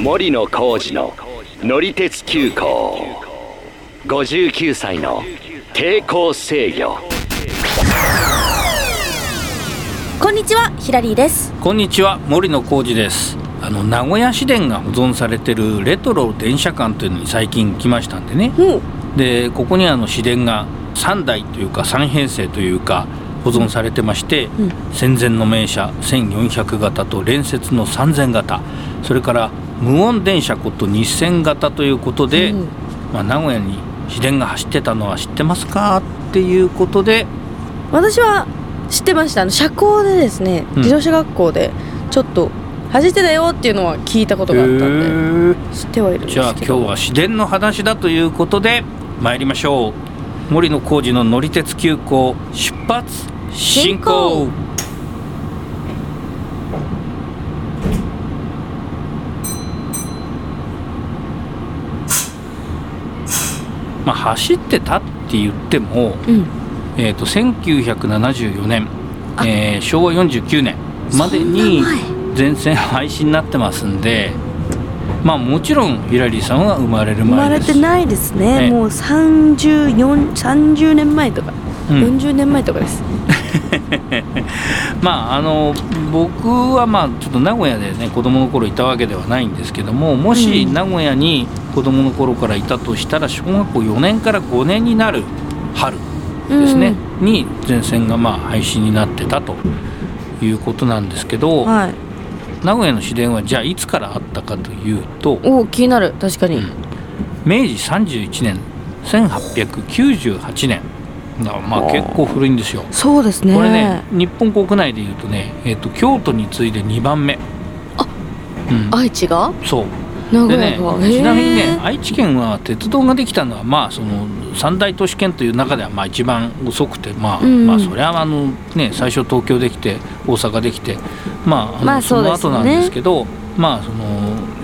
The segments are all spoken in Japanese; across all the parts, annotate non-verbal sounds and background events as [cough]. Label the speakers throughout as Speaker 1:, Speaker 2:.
Speaker 1: 森野浩二の乗り鉄急行59歳の抵抗制御
Speaker 2: こんにちはヒラリーです
Speaker 3: こんにちは森野浩二ですあの名古屋市電が保存されてるレトロ電車館というのに最近来ましたんでね
Speaker 2: うん
Speaker 3: でここにあの市電が3台というか3編成というか保存されてまして、
Speaker 2: うん
Speaker 3: 戦前の名車1400型と連接の3000型それから無音電車こと2000型ということで、
Speaker 2: うん
Speaker 3: まあ、名古屋に市電が走ってたのは知ってますかっていうことで
Speaker 2: 私は知ってましたあの社交でですね、
Speaker 3: うん
Speaker 2: 自動車学校でちょっと走ってたよっていうのは聞いたことがあったんで、
Speaker 3: へー
Speaker 2: 知ってはいるんです
Speaker 3: じ
Speaker 2: け
Speaker 3: ゃあ
Speaker 2: ど
Speaker 3: 今日は市電の話だということで参りましょう森野浩二の乗り鉄急行出発進
Speaker 2: 進
Speaker 3: 行
Speaker 2: 行
Speaker 3: まあ走ってたって言っても、
Speaker 2: うん
Speaker 3: えー、と1974年、
Speaker 2: あ
Speaker 3: えー昭和49年までに
Speaker 2: そんな
Speaker 3: 全線廃止になってますんでまあもちろんヒラリーさんは生まれる
Speaker 2: 生ま
Speaker 3: 前
Speaker 2: れ
Speaker 3: です
Speaker 2: てないですね、
Speaker 3: ええ
Speaker 2: もう34 30年前とか、
Speaker 3: うん
Speaker 2: 40年前とかです
Speaker 3: まああの僕はまあちょっと名古屋でね子供の頃いたわけではないんですけどももし
Speaker 2: うん
Speaker 3: 名古屋に子供の頃からいたとしたら小学校4年から5年になる春ですね、に全線がまあ廃止になってたということなんですけど、
Speaker 2: はい
Speaker 3: 名古屋の市電はじゃあいつからあったかというと
Speaker 2: おお気になる確かに、
Speaker 3: うん明治31年1898年がまあ結構古いんですよ。
Speaker 2: そうですね
Speaker 3: これね日本国内でいうとね、えっと京都に次いで2番目
Speaker 2: あ
Speaker 3: うん、
Speaker 2: 愛知が
Speaker 3: そう
Speaker 2: 名
Speaker 3: で
Speaker 2: 古屋
Speaker 3: ね
Speaker 2: が、
Speaker 3: ちなみに
Speaker 2: へ
Speaker 3: ね
Speaker 2: ー
Speaker 3: 愛知県は鉄道ができたのはまあその三大都市圏という中ではまあ一番遅くてまあ、
Speaker 2: うん
Speaker 3: まあそれはあのね最初東京できて大阪できてまああの
Speaker 2: まあそう
Speaker 3: の
Speaker 2: です
Speaker 3: 後
Speaker 2: よね
Speaker 3: なんですけどまあその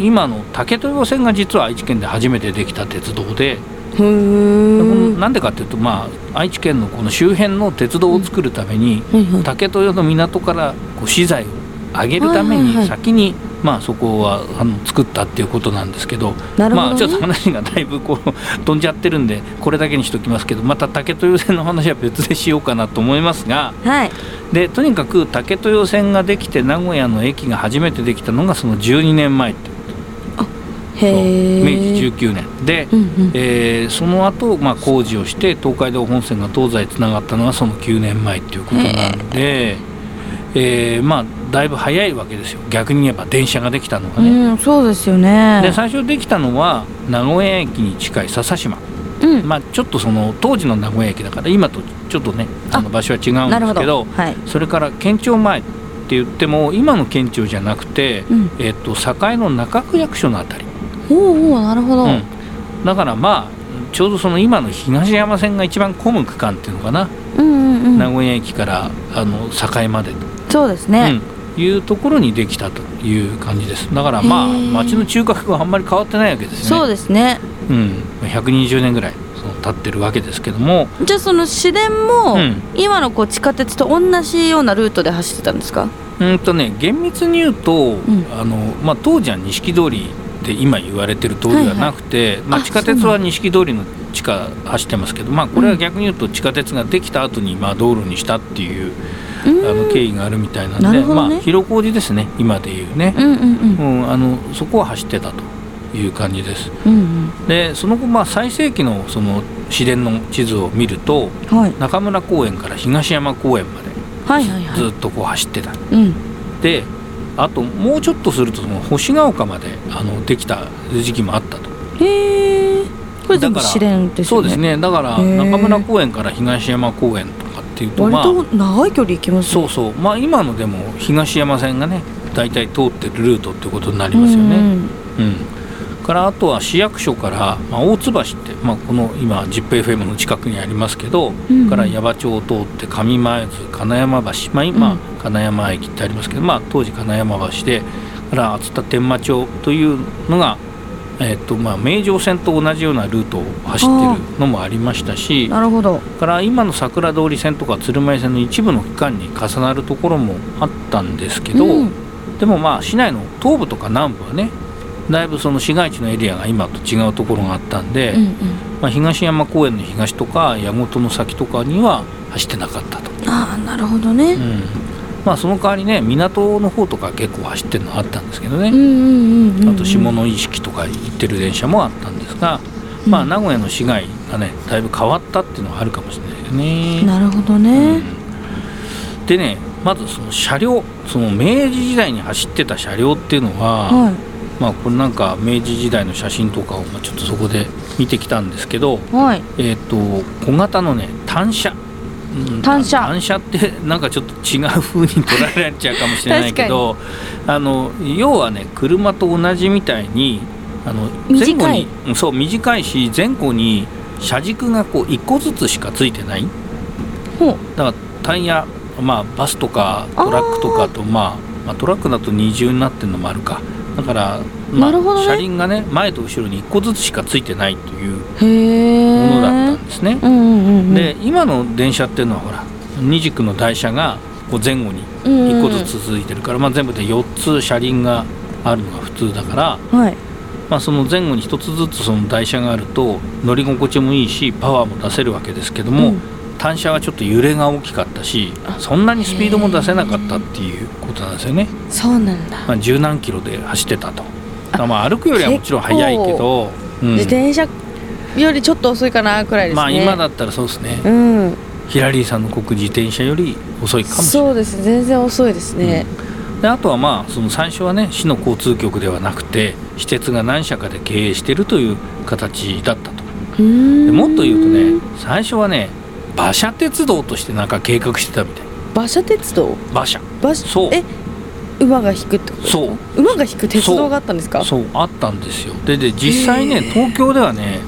Speaker 3: 今の竹豊線が実は愛知県で初めてできた鉄道で。
Speaker 2: ふー
Speaker 3: でこの
Speaker 2: ん
Speaker 3: なんでかっていうと、まあ、愛知県のこの周辺の鉄道を作るために、
Speaker 2: はいはい
Speaker 3: 竹豊の港からこう資材を上げるため
Speaker 2: はいはいは
Speaker 3: に
Speaker 2: い
Speaker 3: 先に、まあ、そこはあの作ったっていうことなんですけど
Speaker 2: なるほどね
Speaker 3: まあ、ちょっと話がだいぶこう飛んじゃってるんでこれだけにしときますけどまた竹豊線の話は別でしようかなと思いますが
Speaker 2: はい
Speaker 3: でとにかく竹豊線ができて名古屋の駅が初めてできたのがその12年前って
Speaker 2: へえ
Speaker 3: 明治19年で。
Speaker 2: うんうん
Speaker 3: えーその後、まあ工事をして東海道本線が東西つながったのがその9年前ということなんで、えーまあ、だいぶ早いわけですよ逆に言えば電車ができたのがね。
Speaker 2: うん、そうですよね。
Speaker 3: で最初できたのは名古屋駅に近い笹島、
Speaker 2: うん、
Speaker 3: まあ、ちょっとその当時の名古屋駅だから今とちょっとねあの場所は違うん
Speaker 2: なる
Speaker 3: で
Speaker 2: ほ
Speaker 3: すけ
Speaker 2: ど。
Speaker 3: ど
Speaker 2: はい。
Speaker 3: それから県庁前って言っても今の県庁じゃなくて、
Speaker 2: うん。
Speaker 3: えっと境の中区役所のあたり
Speaker 2: おうおう、なるほど。
Speaker 3: うん、だからまあちょうどその今の東山線が一番混む区間っていうのかな、
Speaker 2: うん、うん、う
Speaker 3: 名
Speaker 2: ん。
Speaker 3: 古屋駅からあの境までと、
Speaker 2: そうですね。
Speaker 3: うんいうところにできたという感じですだからまあ
Speaker 2: へー
Speaker 3: 町の中核はあんまり変わってないわけですね
Speaker 2: そうですね。
Speaker 3: うん、120年ぐらいその経ってるわけですけども、
Speaker 2: じゃあ、その市電も、
Speaker 3: うん
Speaker 2: 今のこう地下鉄と同じようなルートで走ってたんですか。
Speaker 3: うんとね厳密に言うと、
Speaker 2: ん
Speaker 3: あのまあ、当時は錦通りって今言われてる通りはなくて、まあ、
Speaker 2: あ
Speaker 3: 地下鉄は錦通りの地下走ってますけど、まあ、これは逆に言うと地下鉄ができた後にまあ道路にしたっていう、
Speaker 2: うん
Speaker 3: あの経緯があるみたいなんで
Speaker 2: なるほど
Speaker 3: ま
Speaker 2: ね
Speaker 3: あ、広小路ですね今でいうね
Speaker 2: う、ん、うん、うん、
Speaker 3: うんあのそこを走ってたという感じです
Speaker 2: うん、
Speaker 3: でその後、まあ、最盛期のその市電の地図を見ると
Speaker 2: うん。はい。
Speaker 3: 中村公園から東山公園まで
Speaker 2: はい、はい、は
Speaker 3: ずっとこう走ってた
Speaker 2: い。うん。
Speaker 3: であともうちょっとするとその星ヶ丘まであのできた時期もあったと
Speaker 2: へえ。これ全部
Speaker 3: だから
Speaker 2: 市電です
Speaker 3: そ
Speaker 2: よね。
Speaker 3: うです。ねだから
Speaker 2: へー
Speaker 3: 中村公園から東山公園とかっていうと
Speaker 2: 割
Speaker 3: まあ
Speaker 2: と長い距離行きます、ね。
Speaker 3: そうそうまあ今のでも東山線がね大体通ってるルートってことになりますよ
Speaker 2: うん
Speaker 3: ね
Speaker 2: うん
Speaker 3: うん、からあとは市役所から、まあ、大津橋って、まあ、この今 ZIPFM の近くにありますけど、
Speaker 2: うん
Speaker 3: から矢場町を通って上前津金山橋まあ今、
Speaker 2: うん
Speaker 3: 金山駅ってありますけど、まあ、当時金山橋でから熱田天満町というのが、えっとまあ、名城線と同じようなルートを走ってるのもありましたし
Speaker 2: なるほど。
Speaker 3: から今の桜通り線とか鶴舞線の一部の区間に重なるところもあったんですけど、
Speaker 2: うん
Speaker 3: でもまあ市内の東部とか南部はねだいぶその市街地のエリアが今と違うところがあったんで、
Speaker 2: うんうん、
Speaker 3: まあ、東山公園の東とか矢本の先とかには走ってなかったと、
Speaker 2: ああなるほどね
Speaker 3: う、んまあ、その代わりね港の方とか結構走ってるのはあったんですけどね、
Speaker 2: うん、うんうんうんうん
Speaker 3: あと下関とか行ってる電車もあったんですが、まあ、名古屋の市街がねだいぶ変わったっていうのはあるかもしれないよね。
Speaker 2: なるほどね、
Speaker 3: うんでねまずその車両その明治時代に走ってた車両っていうのは、
Speaker 2: は
Speaker 3: まあ、これなんか明治時代の写真とかをまあちょっとそこで見てきたんですけど、
Speaker 2: いはい
Speaker 3: えー、と小型のね単車、うん
Speaker 2: 単車
Speaker 3: 単車ってなんかちょっと違う風に捉えられちゃうかもしれないけどあの要はね車と同じみたいにあの前後
Speaker 2: 短
Speaker 3: に
Speaker 2: い
Speaker 3: うんそう短いし前後に車軸がこう1個ずつしかついてない
Speaker 2: ほう
Speaker 3: だからタイヤ、まあ、バスとかトラックとかとまあ、まあトラックだと二重になってるのもあるかだから、ま
Speaker 2: な
Speaker 3: あ
Speaker 2: るほどね
Speaker 3: 車輪がね前と後ろに1個ずつしかついてないという
Speaker 2: へえ
Speaker 3: ものだったんですね。
Speaker 2: うんうんうんうん
Speaker 3: で今の電車っていうのはほら二軸の台車がこう前後に
Speaker 2: うんうん
Speaker 3: 1個ずつ続いてるから、まあ、全部で4つ車輪があるのが普通だから、
Speaker 2: はい
Speaker 3: まあ、その前後に1つずつその台車があると乗り心地もいいしパワーも出せるわけですけども、
Speaker 2: うん
Speaker 3: 単車はちょっと揺れが大きかったしそんなにスピードも出せなかったっていうことなんですよね。
Speaker 2: そうなんだ、
Speaker 3: まあ、十何キロで走ってたと。だからまあ歩くよりはもちろん速いけど、うん
Speaker 2: 自転車よりちょっと遅いかなくらいですね
Speaker 3: まあ今だったらそうですね、
Speaker 2: うん
Speaker 3: ヒラリーさんの国自転車より遅いかもしれない。
Speaker 2: そうですね全然遅いですね、
Speaker 3: であとはまあその最初はね市の交通局ではなくて私鉄が何社かで経営してるという形だったと
Speaker 2: うーん
Speaker 3: でもっと言うとね最初はね馬車鉄道としてなんか計画してたみたい
Speaker 2: 馬車鉄道
Speaker 3: 馬車
Speaker 2: 馬車
Speaker 3: そう
Speaker 2: え馬が引くってことですか
Speaker 3: そう
Speaker 2: 馬が引く鉄道があったんですか
Speaker 3: そうあったんですよでで実際ね東京ではね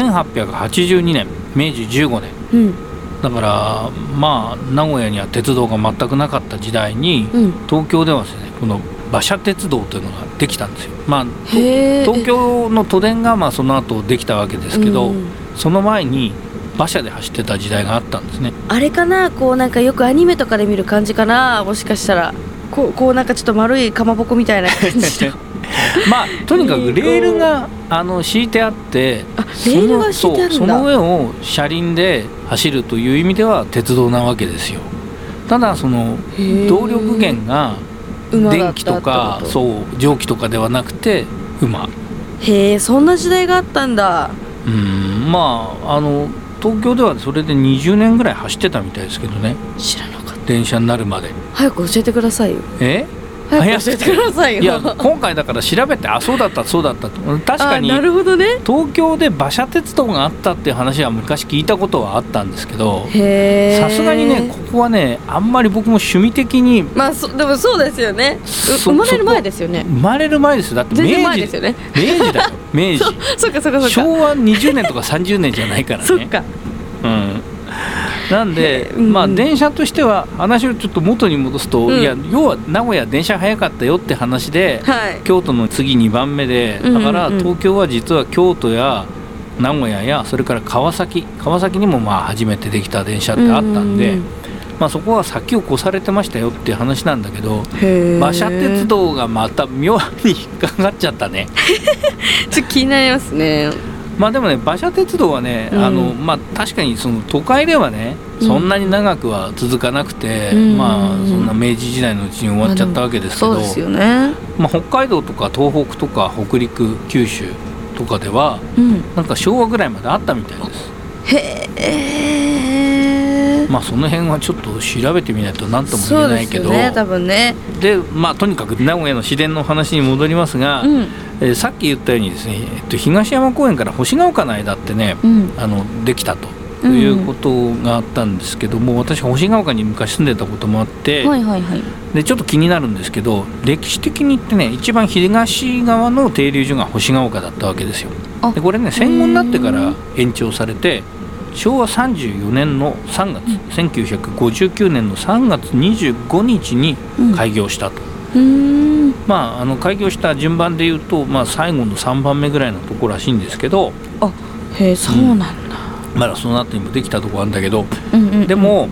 Speaker 3: 1882年明治15年
Speaker 2: うん
Speaker 3: だからまあ名古屋には鉄道が全くなかった時代に
Speaker 2: うん
Speaker 3: 東京ではですねこの馬車鉄道というのができたんですよまあ
Speaker 2: へえ
Speaker 3: 東京の都電がまあその後できたわけですけど、
Speaker 2: うん
Speaker 3: その前に馬車で走ってた時代があったんですね
Speaker 2: あれかなこうなんかよくアニメとかで見る感じかなもしかしたらこうこうなんかちょっと丸いかまぼこみたいな感
Speaker 3: [laughs]
Speaker 2: じの
Speaker 3: まあとにかくレールがあの敷いてあって
Speaker 2: あレ
Speaker 3: その
Speaker 2: ールが敷いてある
Speaker 3: そうんその
Speaker 2: だ
Speaker 3: 上を車輪で走るという意味では鉄道なわけですよただその
Speaker 2: へえ
Speaker 3: 動力源が
Speaker 2: 馬だ
Speaker 3: 電
Speaker 2: った
Speaker 3: 気と
Speaker 2: っ
Speaker 3: か
Speaker 2: てこと
Speaker 3: そう蒸気とかではなくて馬
Speaker 2: へえそんな時代があったんだ
Speaker 3: うんまああの東京ではそれで20年ぐらい走ってたみたいですけどね
Speaker 2: 知らなかった
Speaker 3: 電車になるまで
Speaker 2: 早く教えてくださいよ [laughs]
Speaker 3: え
Speaker 2: 早く教えてくださいよ
Speaker 3: いや今回だから調べてあそうだったそうだったとうん確かに
Speaker 2: あなるほどね
Speaker 3: 東京で馬車鉄道があったっていう話は昔聞いたことはあったんですけど
Speaker 2: へえ
Speaker 3: さすがにねここはねあんまり僕も趣味的に
Speaker 2: まあそでもそうですよねう
Speaker 3: そ
Speaker 2: 生まれる前ですよね
Speaker 3: 生まれる前ですよだって
Speaker 2: 全然
Speaker 3: 明
Speaker 2: 前
Speaker 3: 治
Speaker 2: ですよね
Speaker 3: 明
Speaker 2: [laughs]
Speaker 3: 治だよ明治
Speaker 2: そっかそっかそっ
Speaker 3: 昭
Speaker 2: か
Speaker 3: 和20年とか30年じゃないからね
Speaker 2: そっか
Speaker 3: うんなんで、
Speaker 2: うん
Speaker 3: まあ電車としては話をちょっと元に戻すと、
Speaker 2: うん
Speaker 3: いや要は名古屋電車早かったよって話で、
Speaker 2: はい
Speaker 3: 京都の次2番目で
Speaker 2: うんうんう
Speaker 3: だ
Speaker 2: ん
Speaker 3: から東京は実は京都や名古屋やそれから川崎川崎にもまあ初めてできた電車ってあったんで、
Speaker 2: うんうんうん
Speaker 3: まあ、そこは先を越されてましたよっていう話なんだけど
Speaker 2: へえ
Speaker 3: 馬車鉄道がまた妙に引っかかっちゃったね。
Speaker 2: ちょっと気になりますね
Speaker 3: まあでもね馬車鉄道はね、
Speaker 2: うん
Speaker 3: あのまあ確かにその都会ではね、
Speaker 2: うん
Speaker 3: そんなに長くは続かなくて、
Speaker 2: うん
Speaker 3: まあそんな明治時代のうちに終わっちゃったわけですけど、
Speaker 2: そうですよね
Speaker 3: まあ、北海道とか東北とか北陸九州とかでは
Speaker 2: うん
Speaker 3: なんか昭和ぐらいまであったみたいです
Speaker 2: へえ
Speaker 3: まあその辺はちょっと調べてみないと何とも言えないけど
Speaker 2: そうですよね多分ね
Speaker 3: でまあとにかく名古屋の市電の話に戻りますが、
Speaker 2: うん
Speaker 3: えーさっき言ったようにですね、えっと、東山公園から星ヶ丘の間ってね、
Speaker 2: うん
Speaker 3: あのできたと。
Speaker 2: うん
Speaker 3: いうことがあったんですけども私星ヶ丘に昔住んでたこともあって、
Speaker 2: はいはいはい
Speaker 3: でちょっと気になるんですけど歴史的に言ってね一番東側の停留所が星ヶ丘だったわけですよ
Speaker 2: あ
Speaker 3: でこれね戦後になってから延長されて昭和34年の3月、1959年の3月25日に開業したと、
Speaker 2: うーん
Speaker 3: まああの開業した順番で言うと、まあ、最後の3番目ぐらいのとこらしいんですけど
Speaker 2: あへえそうなんだ
Speaker 3: まだその後にもできたとこあるんだけど
Speaker 2: うんうん
Speaker 3: でも、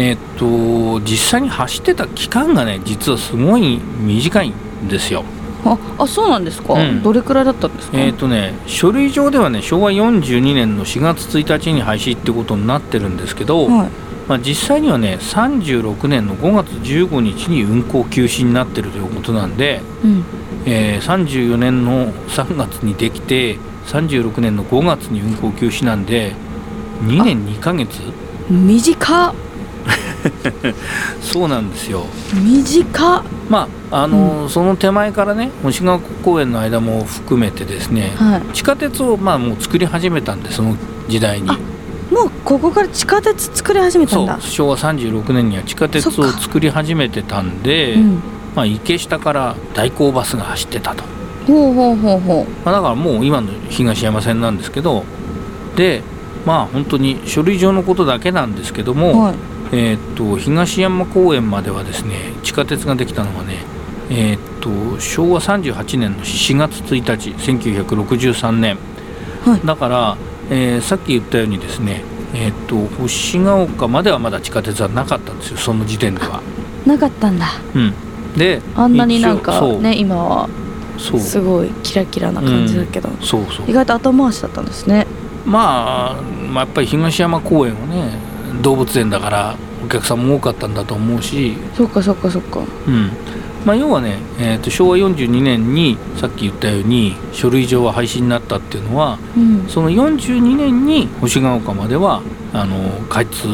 Speaker 3: えっと実際に走ってた期間がね実はすごい短いんですよ。
Speaker 2: あああそうなんですか、
Speaker 3: うん
Speaker 2: どれくらいだったんですか、
Speaker 3: えっ、とね書類上ではね昭和42年の4月1日に廃止ってことになってるんですけど、
Speaker 2: はい、
Speaker 3: まあ、実際にはね36年の5月15日に運行休止になってるということなんで、
Speaker 2: うん、
Speaker 3: えー34年の3月にできて36年の5月に運行休止なんで2年2ヶ月
Speaker 2: 短っ
Speaker 3: そうなんですよ
Speaker 2: 短っ
Speaker 3: まああのーその手前からね星ヶ丘公園の間も含めてですね、
Speaker 2: はい
Speaker 3: 地下鉄をまあもう作り始めたんでその時代に
Speaker 2: あもうここから地下鉄作り始めた
Speaker 3: そ
Speaker 2: んだ
Speaker 3: う昭和36年には地下鉄
Speaker 2: そっ
Speaker 3: を
Speaker 2: か
Speaker 3: 作り始めてたんで、
Speaker 2: ん、
Speaker 3: まあ、池下から代行バスが走ってたと、
Speaker 2: ほうほうほうほ
Speaker 3: まあ、だからもう今の東山線なんですけどでまあ本当に書類上のことだけなんですけど
Speaker 2: う
Speaker 3: も、
Speaker 2: はい
Speaker 3: えーっと東山公園まではですね地下鉄ができたのはねえーっと昭和38年の4月1日1963年、
Speaker 2: はい
Speaker 3: だから、えーさっき言ったようにですねえーっと星ヶ丘まではまだ地下鉄はなかったんですよその時点では。
Speaker 2: なかったんだ
Speaker 3: うん、で
Speaker 2: あんなになんか
Speaker 3: 一応そう
Speaker 2: ね今は
Speaker 3: そう
Speaker 2: すごいキラキラな感じだけど、
Speaker 3: そうそう
Speaker 2: 意外と後回しだったんですね
Speaker 3: まあ、まあ、やっぱり東山公園はね動物園だからお客さんも多かったんだと思うし、
Speaker 2: そっかそっかそっか
Speaker 3: うんまあ、要はね、えーと昭和42年にさっき言ったように書類上は廃止になったっていうのは
Speaker 2: うん
Speaker 3: その42年に星ヶ丘まではあの開通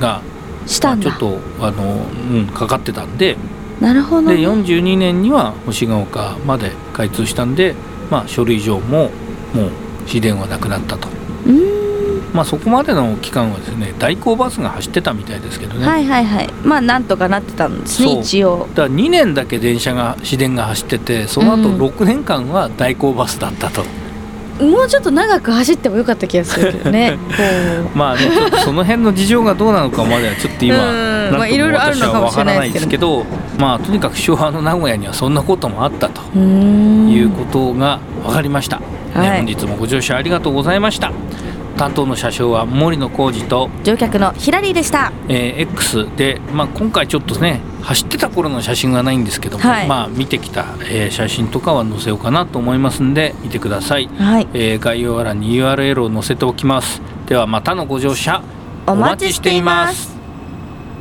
Speaker 3: が
Speaker 2: したん
Speaker 3: ま
Speaker 2: だ
Speaker 3: あちょっとあの、うん、かかってたんで
Speaker 2: なるほど
Speaker 3: で
Speaker 2: ね
Speaker 3: 42年には星ヶ丘まで開通したんで、まあ、書類上ももう市電はなくなったと。
Speaker 2: うーん
Speaker 3: まあ、そこまでの期間はですね代行バスが走ってたみたいですけどね、
Speaker 2: はいはいはいまあなんとかなってたんですね
Speaker 3: そう
Speaker 2: 一応
Speaker 3: だから2年だけ電車が市電が走っててその後
Speaker 2: うん
Speaker 3: 6年間は代行バスだったと、
Speaker 2: もうちょっと長く走ってもよかった気がするけど
Speaker 3: [laughs]
Speaker 2: ねこ
Speaker 3: まあねちょっとその辺の事情がどうなのかまではちょっと今
Speaker 2: うん
Speaker 3: なんと
Speaker 2: まあ
Speaker 3: も
Speaker 2: いろいろある
Speaker 3: 私
Speaker 2: の
Speaker 3: は
Speaker 2: かも
Speaker 3: わ
Speaker 2: し
Speaker 3: か
Speaker 2: れ
Speaker 3: ら
Speaker 2: な
Speaker 3: ないい
Speaker 2: で
Speaker 3: ですす
Speaker 2: け
Speaker 3: けどまあとにかく昭和の名古屋にはそんなこともあったと
Speaker 2: ううーん
Speaker 3: いうことが分かりました、ね
Speaker 2: はい
Speaker 3: 本日もご乗車ありがとうございました担当の車掌は森野浩二と
Speaker 2: 乗客のヒラリーでした
Speaker 3: えー X で、まあ、今回ちょっとね走ってた頃の写真がないんですけども、
Speaker 2: はい
Speaker 3: まあ、見てきた、えー写真とかは載せようかなと思いますんで見てください、
Speaker 2: はい
Speaker 3: えー概要欄に URL を載せておきますではまたのご乗車
Speaker 2: お待ちしています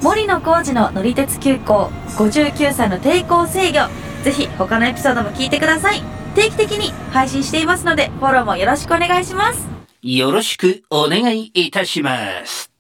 Speaker 2: 森野浩二の乗り鉄急行59歳の抵抗制御ぜひ他のエピソードも聞いてください定期的に配信していますのでフォローもよろしくお願いします
Speaker 4: よろしくお願いいたします。